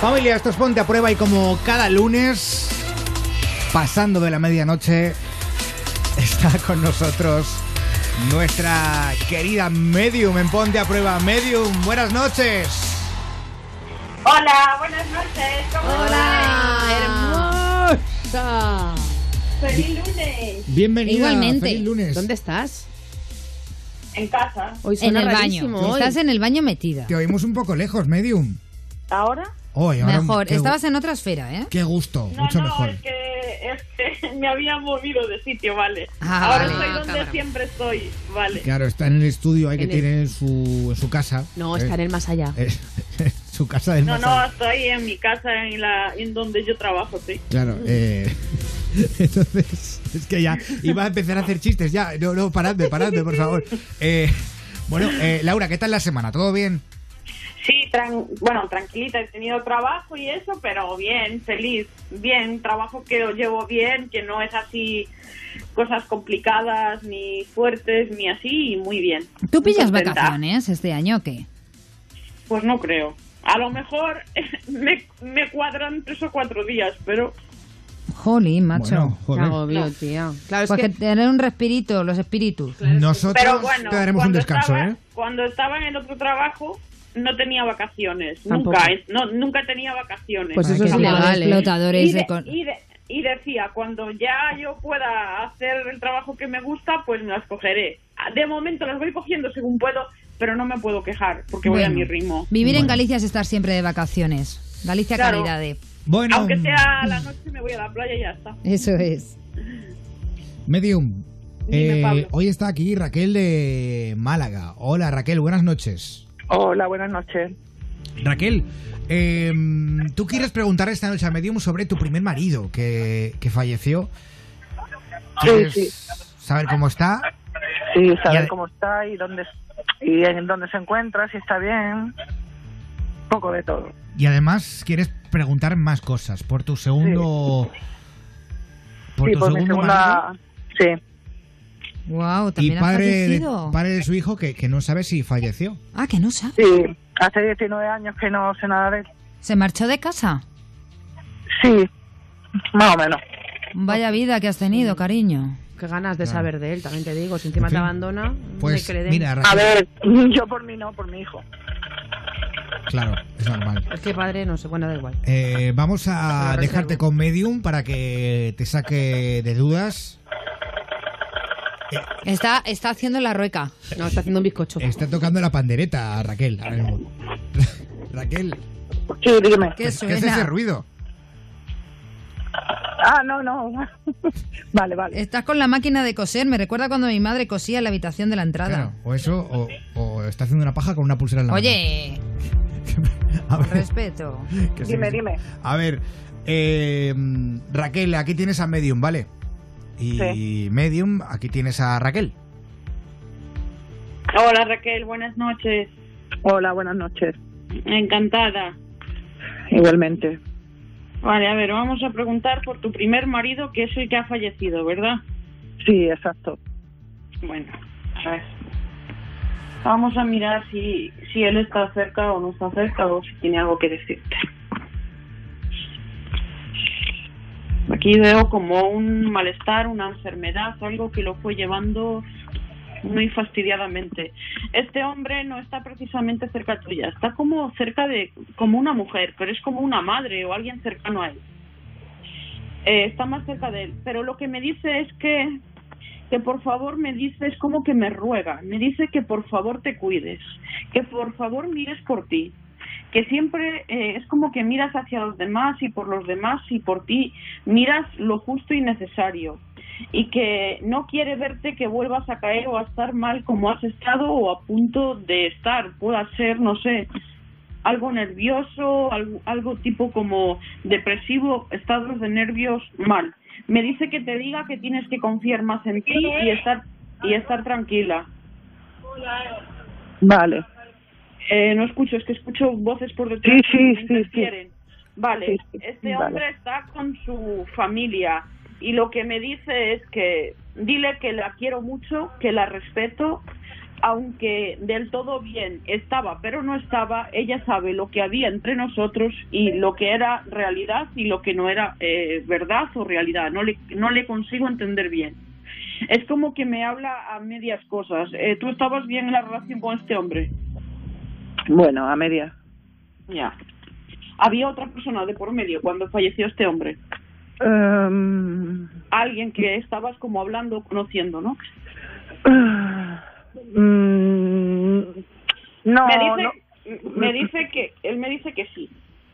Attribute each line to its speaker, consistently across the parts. Speaker 1: Familia, esto es Ponte a Prueba y como cada lunes, pasando de la medianoche, está con nosotros nuestra querida Medium en Ponte a Prueba. Medium, buenas noches.
Speaker 2: Hola, buenas noches. ¿Cómo
Speaker 3: Hola, hermosa.
Speaker 2: estáis? Feliz lunes.
Speaker 1: Bienvenida.
Speaker 4: Igualmente.
Speaker 1: Feliz lunes.
Speaker 3: ¿Dónde estás?
Speaker 2: En casa.
Speaker 3: Hoy
Speaker 4: En
Speaker 3: suena
Speaker 4: el baño.
Speaker 3: rarísimo, hoy.
Speaker 4: Estás en el baño metida.
Speaker 1: Te oímos un poco lejos, Medium.
Speaker 2: ¿Ahora?
Speaker 1: Hoy, ahora
Speaker 4: Mejor.
Speaker 1: qué gu-
Speaker 4: Estabas en otra esfera, ¿eh?
Speaker 1: Qué gusto,
Speaker 2: No,
Speaker 1: mucho
Speaker 2: no,
Speaker 1: mejor.
Speaker 2: es que es que me había movido de sitio, vale.
Speaker 4: Ah,
Speaker 2: Ahora
Speaker 4: vale.
Speaker 2: estoy
Speaker 4: Ah,
Speaker 2: donde
Speaker 4: cámara.
Speaker 2: siempre estoy, vale.
Speaker 1: Claro, está en el estudio, hay que
Speaker 3: En el-
Speaker 1: tiene en su, en su casa.
Speaker 3: No,
Speaker 1: Eh,
Speaker 3: está en el más allá.
Speaker 1: eh, su casa del
Speaker 2: No,
Speaker 1: Mozart.
Speaker 2: no, estoy en mi casa, en la, en donde yo trabajo, sí.
Speaker 1: Claro, eh, entonces es que ya iba a empezar a hacer chistes, ya, no, no, paradme, paradme, por favor. Eh, bueno, eh, Laura, ¿qué tal la semana? ¿Todo bien?
Speaker 2: Sí, tran- bueno, tranquilita, he tenido trabajo y eso, pero bien, feliz, bien, trabajo que lo llevo bien, que no es así cosas complicadas, ni fuertes, ni así, y muy bien.
Speaker 4: ¿Tú pillas
Speaker 2: Contenta.
Speaker 4: vacaciones este año o qué?
Speaker 2: Pues no creo. A lo mejor me, me cuadran tres o cuatro días, pero
Speaker 4: Jolín, macho.
Speaker 1: Bueno,
Speaker 3: Qué
Speaker 1: joder.
Speaker 3: agobio, tía. Claro, Ah, es
Speaker 4: Pues que
Speaker 3: que...
Speaker 4: tener un respirito, los espíritus.
Speaker 1: Nosotros
Speaker 2: pero bueno,
Speaker 1: te daremos un
Speaker 2: cuando
Speaker 1: descanso,
Speaker 2: estaba,
Speaker 1: ¿eh?
Speaker 2: Cuando estaba en el otro trabajo no tenía vacaciones,
Speaker 3: Tampoco.
Speaker 2: nunca, eh, no, nunca tenía vacaciones.
Speaker 3: Pues
Speaker 4: Para
Speaker 3: eso
Speaker 4: que
Speaker 3: es
Speaker 4: se
Speaker 3: ilegal,
Speaker 4: hagan
Speaker 3: ¿eh?
Speaker 4: explotadores
Speaker 2: y, de-
Speaker 4: de con-
Speaker 2: y de- y decía, cuando ya yo pueda hacer el trabajo que me gusta, pues me las cogeré. De momento las voy cogiendo según puedo, pero no me puedo quejar porque voy a
Speaker 4: Bueno,
Speaker 2: mi ritmo.
Speaker 4: Vivir en
Speaker 1: Bueno.
Speaker 4: Galicia es estar siempre de vacaciones. Galicia
Speaker 2: Claro.
Speaker 4: calidad de...
Speaker 1: Bueno,
Speaker 2: Aunque sea a la noche me voy a la playa y ya está.
Speaker 4: Eso es.
Speaker 1: Medium,
Speaker 2: Dime,
Speaker 1: eh,
Speaker 2: Pablo.
Speaker 1: hoy está aquí Raquel de Málaga. Hola, Raquel, buenas noches.
Speaker 5: Hola, buenas noches.
Speaker 1: Raquel, eh, tú quieres preguntar esta noche a Medium sobre tu primer marido que, que falleció.
Speaker 5: Sí,
Speaker 1: ¿Quieres
Speaker 5: sí.
Speaker 1: saber cómo está?
Speaker 5: Sí,
Speaker 1: Y
Speaker 5: saber
Speaker 1: ade-
Speaker 5: cómo está y dónde y en dónde se encuentra, si está bien. Un poco de todo.
Speaker 1: Y además quieres preguntar más cosas por tu segundo. Por
Speaker 5: sí,
Speaker 1: tu
Speaker 5: por mi
Speaker 1: segundo marido
Speaker 5: segunda. Sí,
Speaker 4: Wow,
Speaker 1: y
Speaker 4: también ha
Speaker 1: padre de,
Speaker 4: fallecido.
Speaker 1: padre de su hijo que, que no sabe si falleció.
Speaker 4: Ah, que no sabe.
Speaker 5: sí. Hace 19 años que no sé nada de él.
Speaker 4: ¿Se marchó de casa?
Speaker 5: Sí, más o menos.
Speaker 4: Vaya vida que has tenido, cariño.
Speaker 3: Qué ganas de
Speaker 1: Claro.
Speaker 3: saber de él, también te digo. Si
Speaker 1: Ah.
Speaker 3: encima
Speaker 1: En fin,
Speaker 3: te abandona,
Speaker 1: Pues
Speaker 3: me creden.
Speaker 1: mira,
Speaker 5: A
Speaker 1: Raquel,
Speaker 5: ver, yo por mí no, por mi hijo.
Speaker 1: claro, es normal.
Speaker 3: Es que padre, no sé, bueno, da igual.
Speaker 1: Eh, vamos
Speaker 3: Pero
Speaker 1: a
Speaker 3: reservo.
Speaker 1: dejarte con Medium para que te saque de dudas.
Speaker 4: Está, está haciendo la rueca.
Speaker 3: No, está haciendo un bizcocho.
Speaker 1: Está tocando la pandereta, Raquel. ahora mismo. Raquel,
Speaker 5: Sí, dígame.
Speaker 4: ¿Qué
Speaker 1: ¿qué es ese
Speaker 4: suena?
Speaker 1: ruido?
Speaker 5: Ah, no, no. vale, vale.
Speaker 4: Estás con la máquina de coser. Me recuerda cuando mi madre cosía en la habitación de la
Speaker 1: Claro,
Speaker 4: entrada.
Speaker 1: o eso, o, o está haciendo una paja con una pulsera en la
Speaker 4: Oye,
Speaker 1: mano. A
Speaker 4: con
Speaker 1: ver.
Speaker 4: respeto.
Speaker 1: Que Eh, sí,
Speaker 5: Dime,
Speaker 1: que sí.
Speaker 5: dime.
Speaker 1: A ver, eh, Raquel, aquí tienes a Medium, ¿vale? Y
Speaker 5: Sí.
Speaker 1: Medium, aquí tienes a Raquel.
Speaker 2: Hola Raquel, buenas noches.
Speaker 5: Hola, buenas noches.
Speaker 2: Encantada.
Speaker 5: Igualmente.
Speaker 2: Vale, a ver, vamos a preguntar por tu primer marido, que es el que ha fallecido, ¿verdad?
Speaker 5: Sí, exacto.
Speaker 2: Bueno, a ver. Vamos a mirar si, si él está cerca o no está cerca o si tiene algo que decirte. Aquí veo como un malestar, una enfermedad, algo que lo fue llevando muy fastidiadamente. Este hombre no está precisamente cerca tuya, está como cerca de, como una mujer, pero es como una madre o alguien cercano a él. Eh, está más cerca de él, pero lo que me dice es que que por favor me dice, es como que me ruega, me dice que por favor te cuides, que por favor mires por ti, que siempre eh, es como que miras hacia los demás y por los demás y por ti, miras lo justo y necesario y que no quiere verte que vuelvas a caer o a estar mal como has estado o a punto de estar, pueda ser, no sé, algo nervioso, algo, algo tipo como depresivo, estados de nervios mal. Me dice que te diga que tienes que confiar más en ti y estar y estar tranquila.
Speaker 5: Vale.
Speaker 2: Eh, no escucho, es que escucho voces por detrás.
Speaker 5: Sí,
Speaker 2: que
Speaker 5: sí,
Speaker 2: me
Speaker 5: sí,
Speaker 2: interfieren. Vale,
Speaker 5: Sí, sí,
Speaker 2: este
Speaker 5: vale.
Speaker 2: hombre está con su familia y lo que me dice es que dile que la quiero mucho, que la respeto, aunque del todo bien estaba, pero no estaba, ella sabe lo que había entre nosotros y lo que era realidad y lo que no era eh, verdad o realidad. No le, no le consigo entender bien. Es como que me habla a medias cosas. Eh, ¿Tú estabas bien en la relación con este hombre?
Speaker 5: Bueno, a media.
Speaker 2: Ya. Había otra persona de por medio cuando falleció este hombre.
Speaker 5: Em,
Speaker 2: Alguien que estabas como hablando, conociendo, ¿no?
Speaker 5: mm, no,
Speaker 2: me dice,
Speaker 5: no.
Speaker 2: me dice que él me dice que sí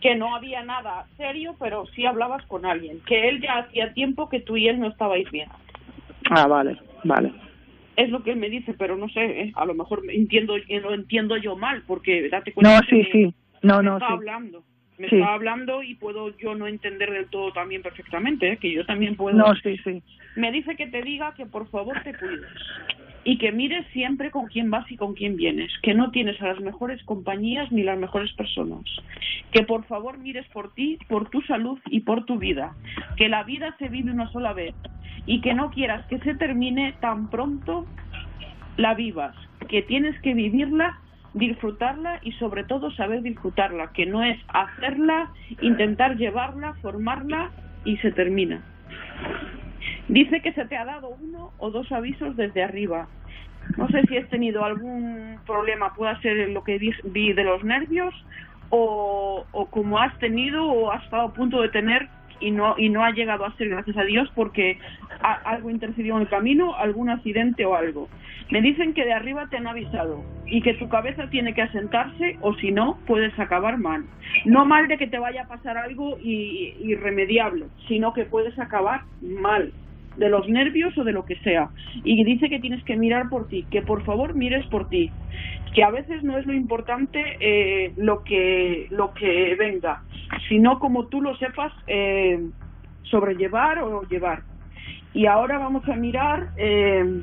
Speaker 2: que no había nada serio pero sí hablabas con alguien que él ya hacía tiempo que tú y él no estabais bien
Speaker 5: Ah, vale, vale.
Speaker 2: es lo que él me dice pero no sé eh, a lo mejor me entiendo eh, lo entiendo yo mal porque date
Speaker 5: No,
Speaker 2: cuenta
Speaker 5: sí,
Speaker 2: que
Speaker 5: sí. No,
Speaker 2: me
Speaker 5: no,
Speaker 2: está
Speaker 5: sí.
Speaker 2: hablando me
Speaker 5: Sí.
Speaker 2: está hablando y puedo yo no entender del todo también perfectamente eh, que yo también puedo
Speaker 5: No, sí, sí.
Speaker 2: me dice que te diga que por favor te cuides y que mires siempre con quién vas y con quién vienes, que no tienes a las mejores compañías ni las mejores personas, que por favor mires por ti, por tu salud y por tu vida, que la vida se vive una sola vez y que no quieras que se termine tan pronto la vivas, que tienes que vivirla, disfrutarla y sobre todo saber disfrutarla, que no es hacerla, intentar llevarla, formarla
Speaker 5: Eh,
Speaker 2: y se termina. Dice que se te ha dado uno o dos avisos desde arriba. No sé si has tenido algún problema, pueda ser lo que di- vi de los nervios o, o como has tenido o has estado a punto de tener y no y no ha llegado a ser gracias a Dios porque a- algo intercedió en el camino, algún accidente o algo. Me dicen que de arriba te han avisado y que tu cabeza tiene que asentarse o si no puedes acabar mal. No mal de que te vaya a pasar algo i- irremediable, sino que puedes acabar mal de los nervios o de lo que sea. Y dice que tienes que mirar por ti, que por favor mires por ti, que a veces no es lo importante eh, lo que lo que venga, sino como tú lo sepas eh, sobrellevar o llevar. Y ahora vamos a mirar. eh,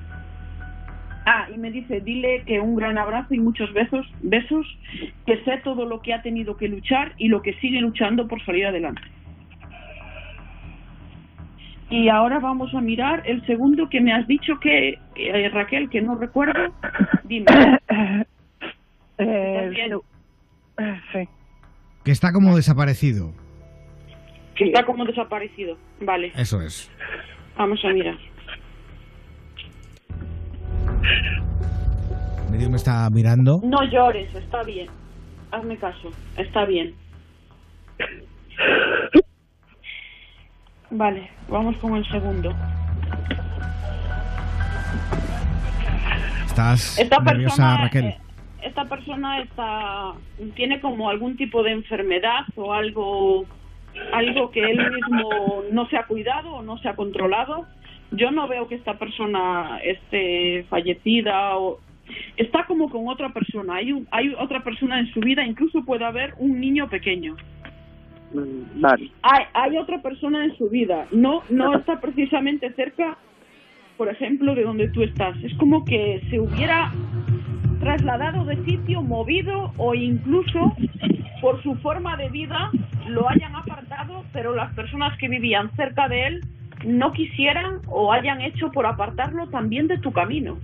Speaker 2: Ah, y me dice, dile que un gran abrazo y muchos besos, besos, que sé todo lo que ha tenido que luchar y lo que sigue luchando por salir adelante. Y ahora vamos a mirar el segundo que me has dicho que, eh, Raquel, que no recuerdo. Dime.
Speaker 5: Eh,
Speaker 2: También.
Speaker 5: sí.
Speaker 1: Que está como desaparecido.
Speaker 2: Que está como desaparecido. Vale,
Speaker 1: Eso es.
Speaker 2: vamos a mirar.
Speaker 1: Medio me está mirando.
Speaker 2: No llores, está bien. Hazme caso, está bien. Vale, vamos con el segundo.
Speaker 1: Estás
Speaker 2: Esta
Speaker 1: nerviosa,
Speaker 2: persona,
Speaker 1: Raquel.
Speaker 2: eh, esta persona está tiene como algún tipo de enfermedad o algo algo que él mismo no se ha cuidado o no se ha controlado. Yo no veo que esta persona esté fallecida o está como con otra persona. Hay un, hay otra persona en su vida, incluso puede haber un niño pequeño.
Speaker 5: Mm, Vale.
Speaker 2: Hay, hay otra persona en su vida. No no está precisamente cerca, por ejemplo, de donde tú estás. Es como que se hubiera trasladado de sitio, movido o incluso por su forma de vida lo hayan apartado, pero las personas que vivían cerca de él no quisieran o hayan hecho por apartarlo también de tu camino.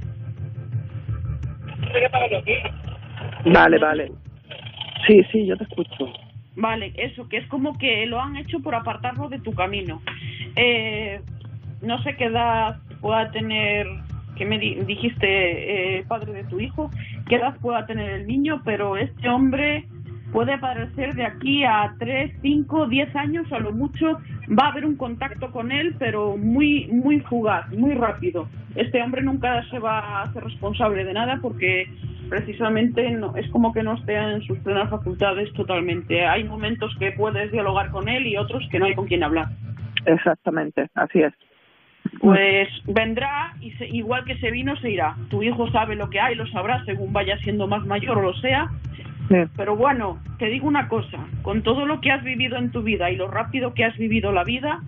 Speaker 5: Vale, vale. Sí, sí, yo te escucho.
Speaker 2: Vale, eso, que es como que lo han hecho por apartarlo de tu camino. Eh, no sé qué edad pueda tener, que me di- dijiste, eh, padre de tu hijo, qué edad pueda tener el niño, pero este hombre puede parecer de aquí a 3, 5, 10 años, a lo mucho, va a haber un contacto con él, pero muy, muy fugaz, muy rápido. Este hombre nunca se va a hacer responsable de nada porque precisamente no, es como que no esté en sus plenas facultades totalmente. Hay momentos que puedes dialogar con él y otros que no hay con quien hablar.
Speaker 5: Exactamente, así es.
Speaker 2: Pues vendrá y se- igual que se vino se irá. Tu hijo sabe lo que hay, lo sabrá según vaya siendo más mayor o lo sea.
Speaker 5: Sí.
Speaker 2: Pero bueno, te digo una cosa, con todo lo que has vivido en tu vida y lo rápido que has vivido la vida,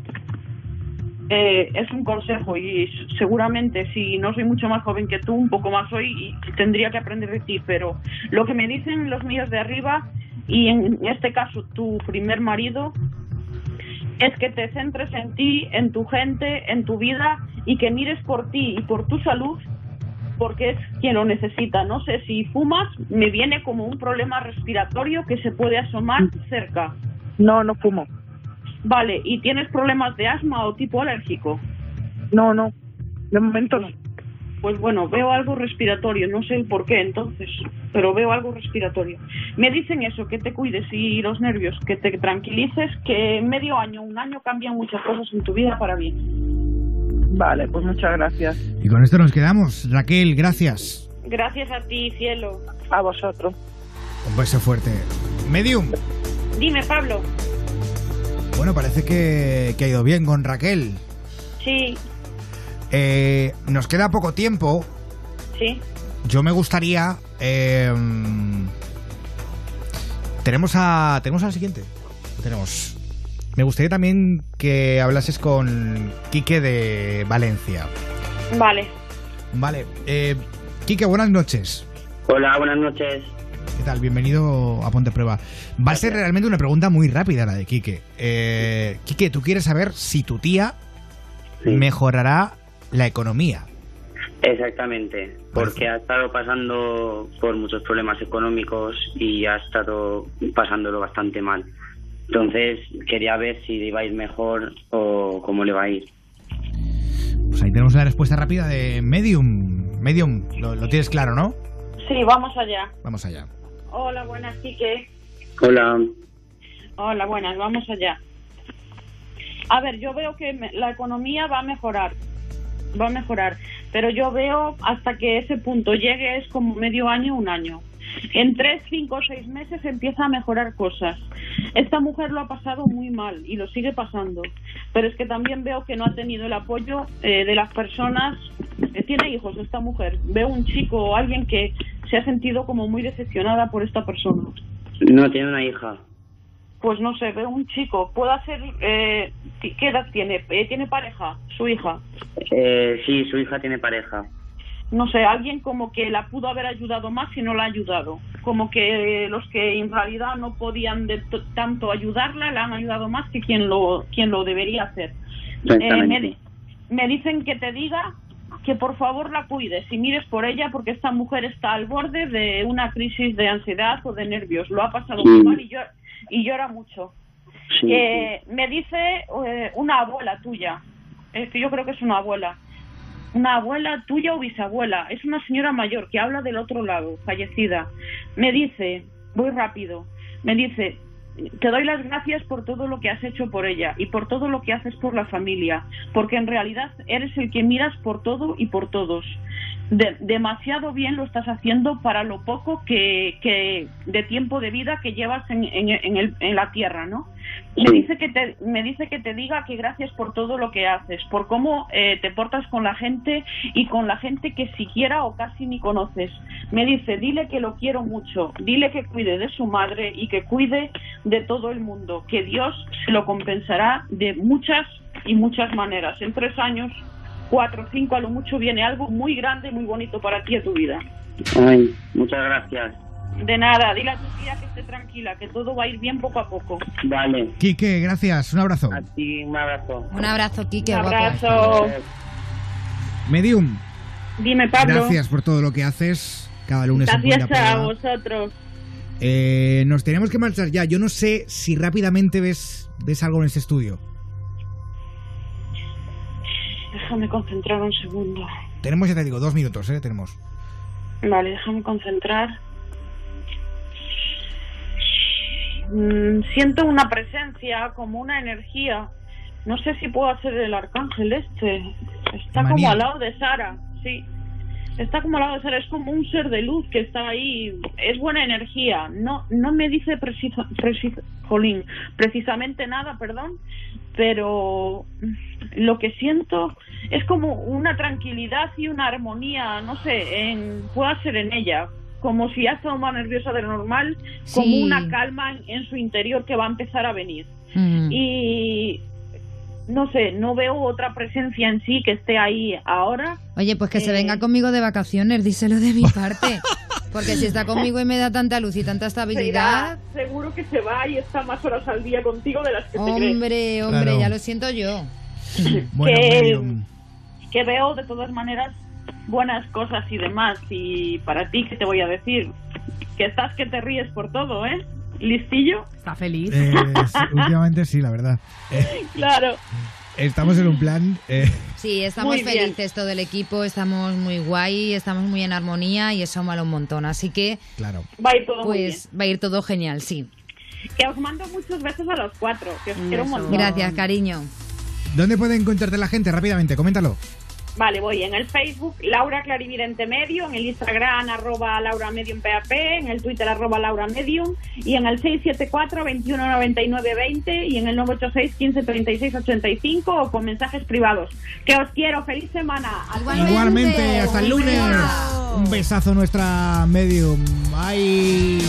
Speaker 2: eh, es un consejo y s- seguramente si no soy mucho más joven que tú, un poco más hoy, y tendría que aprender de ti, pero lo que me dicen los míos de arriba y en este caso tu primer marido es que te centres en ti, en tu gente, en tu vida y que mires por ti y por tu salud porque es quien lo necesita. No sé, si fumas me viene como un problema respiratorio que se puede asomar cerca.
Speaker 5: No, no fumo.
Speaker 2: Vale, ¿y tienes problemas de asma o tipo alérgico?
Speaker 5: No, no. De momento no.
Speaker 2: Pues bueno, veo algo respiratorio, no sé el por qué entonces, pero veo algo respiratorio. Me dicen eso, que te cuides y los nervios, que te tranquilices, que en medio año, un año cambian muchas cosas en tu vida para bien.
Speaker 5: Vale, pues muchas gracias.
Speaker 1: Y con esto nos quedamos. Raquel, gracias.
Speaker 2: Gracias a ti, cielo.
Speaker 5: A vosotros.
Speaker 1: Un beso fuerte. Medium.
Speaker 2: Dime, Pablo.
Speaker 1: Bueno, parece que, que ha ido bien con Raquel.
Speaker 2: Sí,
Speaker 1: Eh, nos queda poco tiempo.
Speaker 2: sí.
Speaker 1: Yo me gustaría... eh, tenemos a... Tenemos al siguiente. Tenemos... Me gustaría también que hablases con Quique de Valencia.
Speaker 2: Vale.
Speaker 1: Vale. eh, Quique, buenas noches.
Speaker 6: Hola, buenas noches.
Speaker 1: ¿Qué tal? Bienvenido a Ponte Prueba. Va a ser realmente una pregunta muy rápida la de Quique. Eh, Quique, tú quieres saber si tu tía
Speaker 6: Sí.
Speaker 1: mejorará la economía.
Speaker 6: Exactamente, porque ha estado pasando por muchos problemas económicos y ha estado pasándolo bastante mal. Entonces, quería ver si le iba a ir mejor o cómo le va a ir.
Speaker 1: Pues ahí tenemos la respuesta rápida de Medium. Medium, lo, lo tienes claro, ¿no?
Speaker 2: Sí, vamos allá.
Speaker 1: Vamos allá.
Speaker 2: Hola, buenas, Quique.
Speaker 6: Hola.
Speaker 2: Hola, buenas, vamos allá. A ver, yo veo que me- la economía va a mejorar, va a mejorar, pero yo veo hasta que ese punto llegue es como medio año, un año. En tres, cinco, seis meses empieza a mejorar cosas. Esta mujer lo ha pasado muy mal y lo sigue pasando, pero es que también veo que no ha tenido el apoyo eh, de las personas. eh, tiene hijos esta mujer. Veo un chico o alguien que se ha sentido como muy decepcionada por esta persona.
Speaker 6: No, tiene una hija.
Speaker 2: Pues no sé, veo un chico. Puede hacer. Eh, ti- ¿Qué edad tiene? Eh, ¿Tiene pareja? Su hija.
Speaker 6: Eh, sí, su hija tiene pareja.
Speaker 2: No sé, alguien como que la pudo haber ayudado más y no la ha ayudado. Como que eh, los que en realidad no podían de t- tanto ayudarla la han ayudado más que quien lo, quien lo debería hacer. Eh, me,
Speaker 6: Exactamente.
Speaker 2: di- me dicen que te diga que por favor la cuides y mires por ella porque esta mujer está al borde de una crisis de ansiedad o de nervios. Lo ha pasado muy
Speaker 6: Sí.
Speaker 2: mal y, llor- y llora mucho.
Speaker 6: Sí, sí.
Speaker 2: Eh, me dice eh, una abuela tuya, es que yo creo que es una abuela, una abuela tuya o bisabuela, es una señora mayor que habla del otro lado, fallecida. Me dice, voy rápido, me dice, te doy las gracias por todo lo que has hecho por ella y por todo lo que haces por la familia, porque en realidad eres el que miras por todo y por todos. De- demasiado bien lo estás haciendo para lo poco que, que- de tiempo de vida que llevas en, en- en el- en la tierra, ¿no? Me
Speaker 6: Sí.
Speaker 2: dice, que te, me dice que te diga que gracias por todo lo que haces, por cómo eh, te portas con la gente y con la gente que siquiera o casi ni conoces. Me dice, dile que lo quiero mucho, dile que cuide de su madre y que cuide de todo el mundo, que Dios se lo compensará de muchas y muchas maneras. En tres años, cuatro, cinco, a lo mucho viene algo muy grande, muy bonito para ti y a tu vida.
Speaker 6: Ay, muchas gracias.
Speaker 2: De nada, dile a tu tía que esté tranquila, que todo va a ir bien poco a poco.
Speaker 6: Vale.
Speaker 1: Quique, gracias. Un abrazo.
Speaker 6: A ti un abrazo.
Speaker 4: Un abrazo, Quique.
Speaker 2: Un
Speaker 4: guapo.
Speaker 2: abrazo.
Speaker 1: Medium,
Speaker 2: Dime, Pablo.
Speaker 1: gracias por todo lo que haces. Cada lunes en
Speaker 2: Gracias
Speaker 1: Ponte a
Speaker 2: a
Speaker 1: Prueba.
Speaker 2: vosotros.
Speaker 1: Eh, nos tenemos que marchar ya. Yo no sé si rápidamente ves, ves algo en este estudio.
Speaker 2: Déjame concentrar un segundo.
Speaker 1: Tenemos, ya te digo, dos minutos, ¿eh? Tenemos.
Speaker 2: Vale, déjame concentrar. Mm, siento una presencia, como una energía. No sé si puedo hacer el arcángel este. Está
Speaker 1: María.
Speaker 2: como al lado de Sara, sí. Está como al lado de Sara, es como un ser de luz que está ahí. Es buena energía. No no me dice precisa, precisa- jolín, precisamente nada, perdón, pero mm, lo que siento es como una tranquilidad y una armonía, no sé, en, pueda ser en ella. Como si ha estado más nerviosa de lo normal, como
Speaker 4: Sí.
Speaker 2: una calma en- en su interior que va a empezar a venir
Speaker 3: Mm.
Speaker 2: y no sé, no veo otra presencia en sí que esté ahí ahora.
Speaker 4: Oye, pues que se
Speaker 2: Eh.
Speaker 4: venga conmigo de vacaciones, díselo de mi parte. Porque si está conmigo y me da tanta luz y tanta estabilidad...
Speaker 2: seguro que se va y está más horas al día contigo de las que te crees.
Speaker 4: Hombre, hombre,
Speaker 1: Claro.
Speaker 4: ya lo siento yo.
Speaker 1: Bueno,
Speaker 2: Que-
Speaker 1: Medium.
Speaker 2: Que veo de todas maneras buenas cosas y demás. Y para ti, ¿qué te voy a decir? Que estás que te ríes por todo, ¿eh? Listillo,
Speaker 3: Está feliz.
Speaker 1: Eh, sí, últimamente sí, la verdad. Eh,
Speaker 2: claro.
Speaker 1: Estamos en un plan. eh,
Speaker 4: Sí, estamos
Speaker 2: Muy bien.
Speaker 4: felices todo el equipo, estamos muy guay, estamos muy en armonía y eso mola un montón. Así que,
Speaker 1: claro.
Speaker 2: Va a ir todo muy bien.
Speaker 4: pues, va a ir todo genial, sí.
Speaker 2: Que os mando muchos besos a los cuatro, que os
Speaker 3: Un
Speaker 2: quiero un
Speaker 3: beso.
Speaker 2: montón.
Speaker 4: Gracias, cariño.
Speaker 1: ¿Dónde puede encontrarte la gente? Rápidamente, coméntalo.
Speaker 2: Vale, voy en el Facebook, Laura Clarividente Medium, en el Instagram, arroba Laura Medium PAP, en el Twitter, arroba Laura Medium, y en el 674-2199-20 y en el 986-1536-85 o con mensajes privados. Que os quiero, feliz semana.
Speaker 4: Igualmente.
Speaker 1: Igualmente, hasta el lunes.
Speaker 4: Beso.
Speaker 1: Un besazo nuestra medium. Bye.